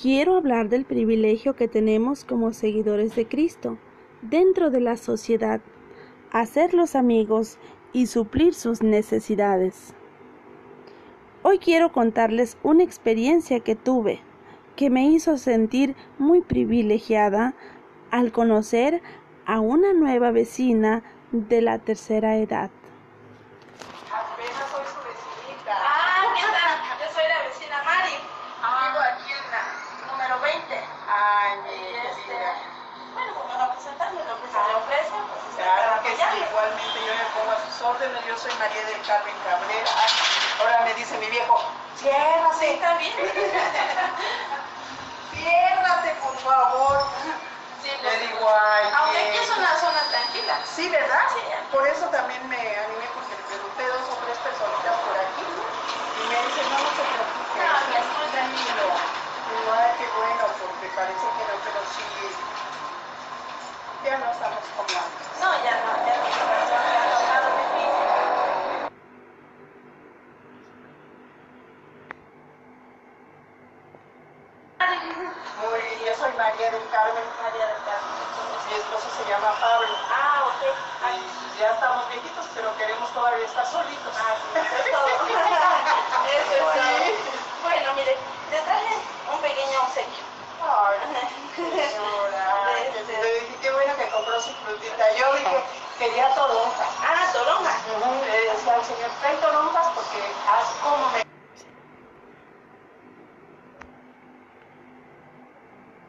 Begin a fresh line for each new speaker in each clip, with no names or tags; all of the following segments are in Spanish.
Quiero hablar del privilegio que tenemos como seguidores de Cristo dentro de la sociedad, hacerlos amigos y suplir sus necesidades. Hoy quiero contarles una experiencia que tuve que me hizo sentir muy privilegiada al conocer a una nueva vecina de la tercera edad.
Apenas soy su vecinita.
Ah, ¿qué tal? Yo soy la vecina Mari.
Vivo aquí en la número 20. Ay, mi
Y este,
querida.
bueno, pues vamos a presentarme lo que se le ofrece, pues está
Claro
para
que sí,
apoyarle.
igualmente yo me pongo a sus órdenes. Yo soy María del Carmen Cabrera. Ahora me dice mi viejo,
Sí,
ciérrase,
está bien.
ciérrase, por favor.
Sí, lo
Le
sé. Ah,
digo, ay,
Aunque
qué-
aquí es una zona tranquila.
Sí, ¿verdad?
Sí.
Por eso también me animé porque le pregunté dos o tres personitas por aquí. Y me dice, no, no se preocupe.
No, aquí
es
estoy
tranquilo. Digo, ay, qué bueno, porque parece que no, pero sí. Ya no estamos como antes.
No, ya no, ya no. ya no, ya no, difícil.
Muy bien, yo soy María del Carmen.
María del Carmen.
Mi esposo se llama Pablo.
Ah, ok. Ay,
Y ya estamos viejitos, pero queremos todavía estar solitos.
ah, sí, eso es todo. Eso es todo. Bueno, mire, le traje un pequeño obsequio.
Ay, señora, que te dije, qué bueno que compró su frutita. Yo dije, quería toronjas.
Ah, toronja.
Ujú, Le decía al señor, trae toronjas porque has como me...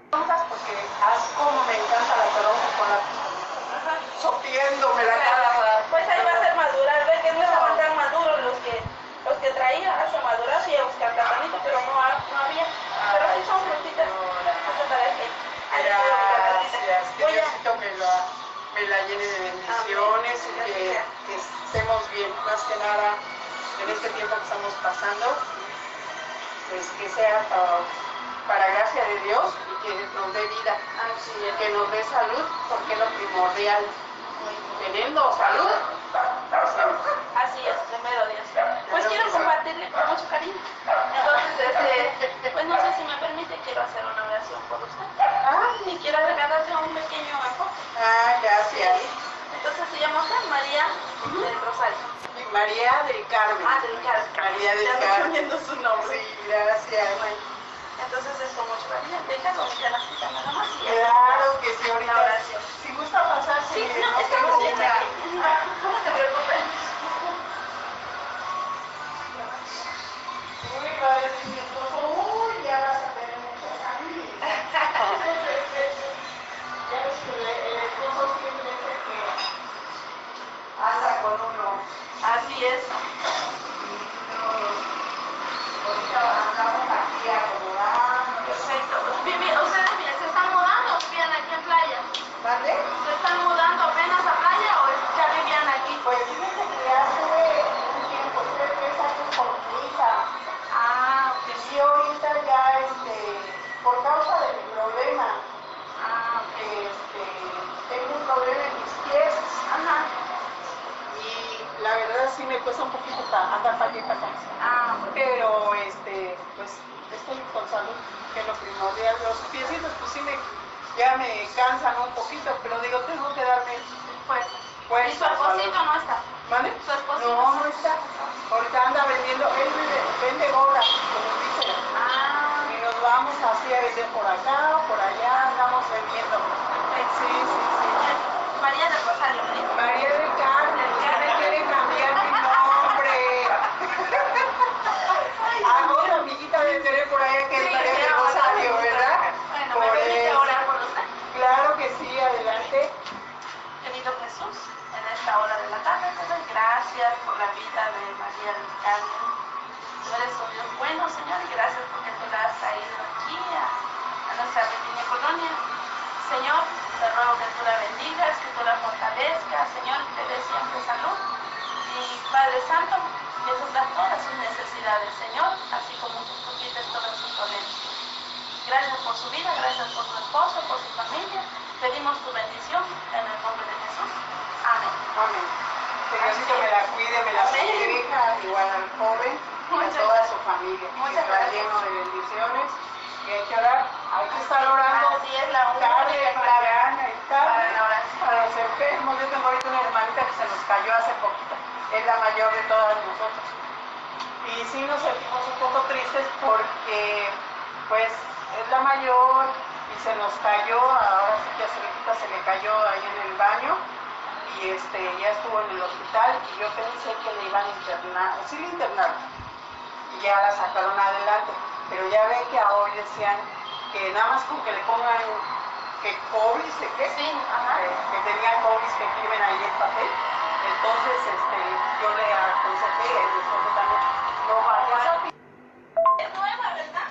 Toronjas porque haz como me encanta la toronja con la...
Ajá.
sopiéndome la cara.
Pues ahí va a ser madurar, ver que no estaban tan maduros los que los que traía hace madurar y a buscar platanito, pero no, ha- no había. Pero sí son frutitas. Muchas gracias. Ahí le traigo mi
Gracias,
tarjetita.
que
Voy a-
Diosito me la, me la llene de bendiciones y que, que estemos bien, más que nada en este tiempo que estamos pasando, pues que sea ah, para gracia de Dios y que nos dé vida,
Así es.
que nos dé salud, porque es lo primordial. Teniendo salud,
Así es, primero Dios. Pues quiero compartirle con mucho cariño. Entonces, este, pues no sé si me permite, quiero hacer una oración por usted. Y quiero regalarle un pequeño enfoque.
ah, gracias.
Entonces se llama usted María del Rosario.
María del Carmen.
Ah, del Carmen.
María del
Ya me
Carmen.
poniendo su nombre.
Sí, gracias.
Entonces es con mucho cariño. Deja con que la cita nada más. y ya.
Claro que sí,
Una
ahorita.
oración.
Si gusta pasar,
Sí,
señor,
no,
tengo
estamos bien
una.
aquí. No te preocupes.
Uy, va a decir mi esposo, uy, ya vas a tener mucha familia. Ya ves que el, el esposo siempre es el que anda con uno.
Así es.
Ahorita andamos aquí acomodando.
Perfecto. Vivi, ustedes miren, ¿se están mudando o vivían aquí en playa?
¿Vale?
¿Se están mudando apenas a playa o es- ya vivían aquí?
Pues fíjate que hace un tiempo, tres meses, años con mi hija.
Ah, ok.
Y yo ahorita ya, este, por causa de mi problema,
Ah, ok.
este, tengo un problema en mis pies
Ajá.
y la verdad sí me cuesta un poquito pa- andar para allá y para acá.
Ah, ok.
Pero, este, pues estoy con salud, que es lo primordial. Los piecitos, pues sí me, ya me cansan un poquito, pero digo, tengo que darme
Pues.
fuerza.
¿Y su esposito
salud.
no está?
¿Vale?
¿Su esposito?
No, no está. Ahorita anda vendiendo, él vende- vende gorras, como dice.
Ah,
Y nos vamos así a vender por acá o por allá, andamos vendiendo. Sí, sí,
María del Rosario, ¿sí?
sí. María del Carmen, ya me quiere cambiar mi nombre. A otra amiguita me enteré por allá que es María del Rosario, ¿verdad? Pues,
Bueno,
Por
me permite
eso.
orar por usted.
Claro que sí, adelante.
Querido Jesús, en esta hora de la tarde te doy gracias por la vida de María del Carmen. Tú eres un Dios bueno, Señor, y gracias porque tú la has traído aquí a, a nuestra pequeña colonia. Señor, te ruego que tú la bendigas, que tú la fortalezcas, Señor, que te dé siempre salud. Y Padre Santo, que suplas todas sus necesidades, Señor, así como tú suplistes todas sus dolencias. Gracias por su vida, gracias por su esposo, por su familia. Pedimos tu bendición en el nombre de Jesús. Amén.
Amén. Que Diosito me la cuide, me la
Amén.
proteja, igual al joven, y a
Muchas
toda su familia.
Muchas
que está
gracias.
lleno de bendiciones. Y hay que orar cayó hace poquito. Es la mayor de todas nosotros. Y sí nos sentimos un poco tristes porque pues es la mayor y se nos cayó, ahora sí que a Cerecita se le cayó ahí en el baño y este ya estuvo en el hospital y yo pensé que le iban a internar, sí le internaron y ya la sacaron adelante, pero ya ven que a hoy decían que nada más con que le pongan que cobris, ¿de qué?
Sí, ajá.
que, que tenían cobris que escriben ahí el papel, entonces este, yo le aconsejé, el doctor también, no vaya.
Es nueva, ¿verdad?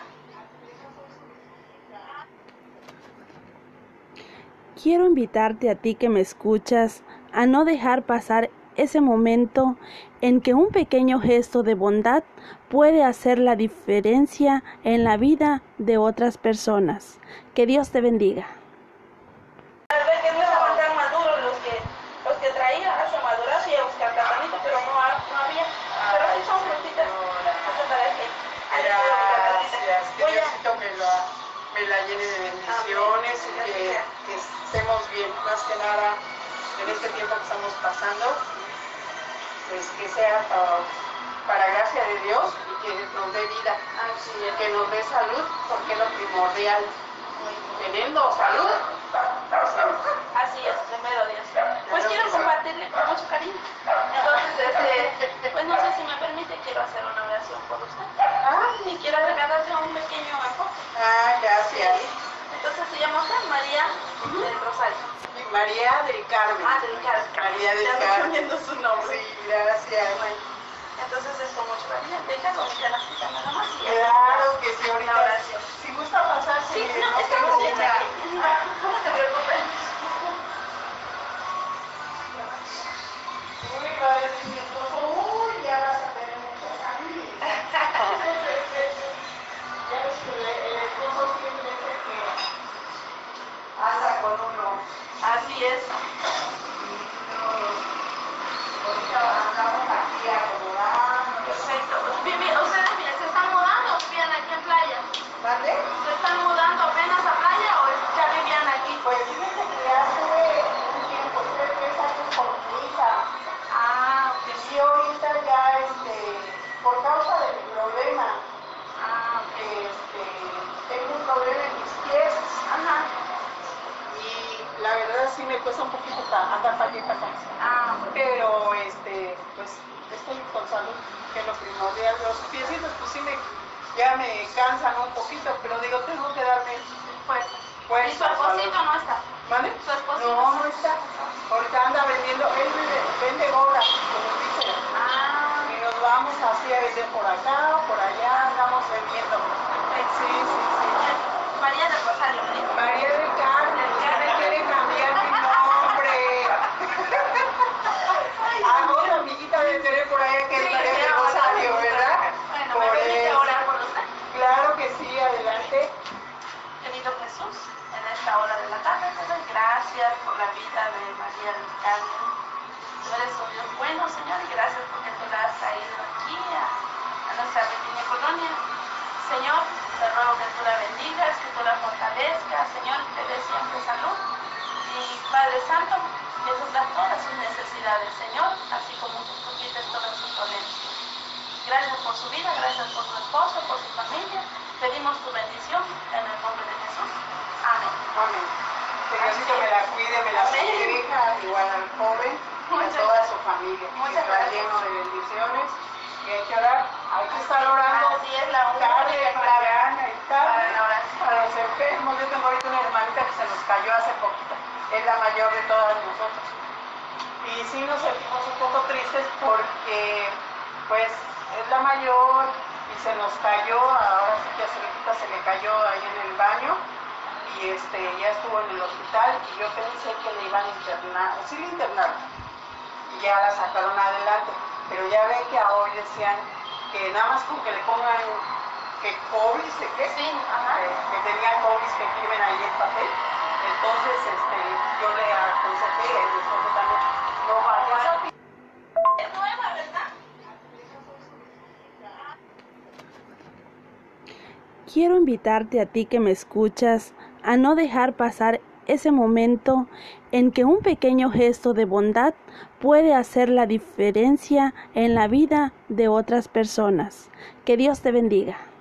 Quiero invitarte a ti que me escuchas a no dejar pasar ese momento en que un pequeño gesto de bondad puede hacer la diferencia en la vida de otras personas. Que Dios te bendiga.
Tal vez que no estaban tan maduros los que, los que traían a su madurazo y a buscar tratamiento, pero no, ha- no había. Pero sí son frutitas. Entonces, para que han hecho la carretita.
Gracias, que
Voy a-
Diosito me la, me la llene de bendiciones y que, que estemos bien, más que nada en este tiempo que estamos pasando, pues que sea para, para gracia de Dios y que nos dé vida, y que nos dé salud, porque es lo primordial. Teniendo salud,
Así es, primero Dios. Pues quiero compartirle con mucho cariño.
Entonces, este, pues no sé si me permite, quiero hacer una oración por usted. Y quiero regalarle un pequeño enfoque.
ah, gracias.
Entonces se llama usted María del Rosario.
Y María del Carmen.
Ah, del Carmen.
María del
Ya estoy
Carmen.
poniendo su nombre.
Sí, gracias.
Entonces es con mucho cariño. Deja con usted la cita nada más. y ya.
Eh, Claro que sí,
Una
ahorita.
oración.
Si gusta pasar,
Sí,
sí,
no,
tengo
estamos bien
una.
aquí. No te preocupes.
Anda con uno.
Así es. Perfecto. Vivi, ¿Ustedes miren, se están mudando o vivían aquí en playa?
¿Vale?
¿Se están mudando apenas a playa o es- ya vivían aquí?
Pues fíjate que hace un tiempo, tres, tres años con mi hija.
Ah, ok.
Y ahorita ya, este, por causa de mi problema,
Ah, ok.
este, tengo un problema en mis pies
Ajá.
y la verdad sí me cuesta un poquito ta- andar para allá y para acá.
Ah, ok.
Pero, este, pues, estoy con salud, que es lo primordial. Los piecitos, pues sí me, ya me cansan un poquito, pero digo, tengo que darme
Pues,
fuerza.
¿y su esposito
salud.
no está?
¿Mande?
su esposito?
No, no está. Ahorita anda vendiendo, él vende, vende gorras, como dice.
Ah,
Y nos vamos así a vender por acá o por allá, andamos vendiendo. Sí, sí,
María del Rosario, me
sí.
dijo.
María del Carmen, ya me quiere cambiar mi nombre.
Ah,
A otra Ah, amiguita de tener por allá que es
Sí,
María del
quiero
Rosario,
orar.
¿verdad?
Bueno, me
Por
permite
eso.
orar por usted.
Claro que sí, adelante.
Querido Jesús, en esta hora de la tarde te doy gracias por la vida de María del Carmen. Tú eres un Dios bueno, Señor, y gracias porque tú la has traído aquí a, a nuestra pequeña colonia. Señor, te ruego que tú la bendigas, que tú la fortalezcas, Señor, que te dé siempre salud. Y Padre Santo, que suplas todas sus necesidades, Señor, así como tú suplistes todas sus dolencias. Gracias por su vida, gracias por su esposo, por su familia. Pedimos tu bendición en el nombre de Jesús. Amén.
Amén. Que Diosito me la cuide, me la
Amén.
proteja, igual al joven, y a
Muchas
toda su familia. Que
Muchas
está
gracias.
lleno de bendiciones. Y hay que orar, hay que estar orando.
Así es la única
Tarde,
clave
Mariana, y tarde.
para la oración.
Para los enfermos, yo tengo ahorita una hermanita que se nos cayó hace poquito. Es la mayor de todas nosotros. Y sí nos sentimos un poco tristes porque, pues, es la mayor y se nos cayó. Ahora sí que a Cerecita se le cayó ahí en el baño. Y este, ya estuvo en el hospital y yo pensé que le iban a internar. Sí le internaron. Y ya la sacaron adelante. Pero ya ven que a hoy decían que nada más con que le pongan que cobre, se qué?
Sí, ajá.
que que tenía cobris que escriben ahí el papel. Entonces, este, yo le aconsejé, el doctor también, no vaya.
Es nueva, ¿verdad?
Quiero invitarte a ti que me escuchas a no dejar pasar ese momento en que un pequeño gesto de bondad puede hacer la diferencia en la vida de otras personas. Que Dios te bendiga.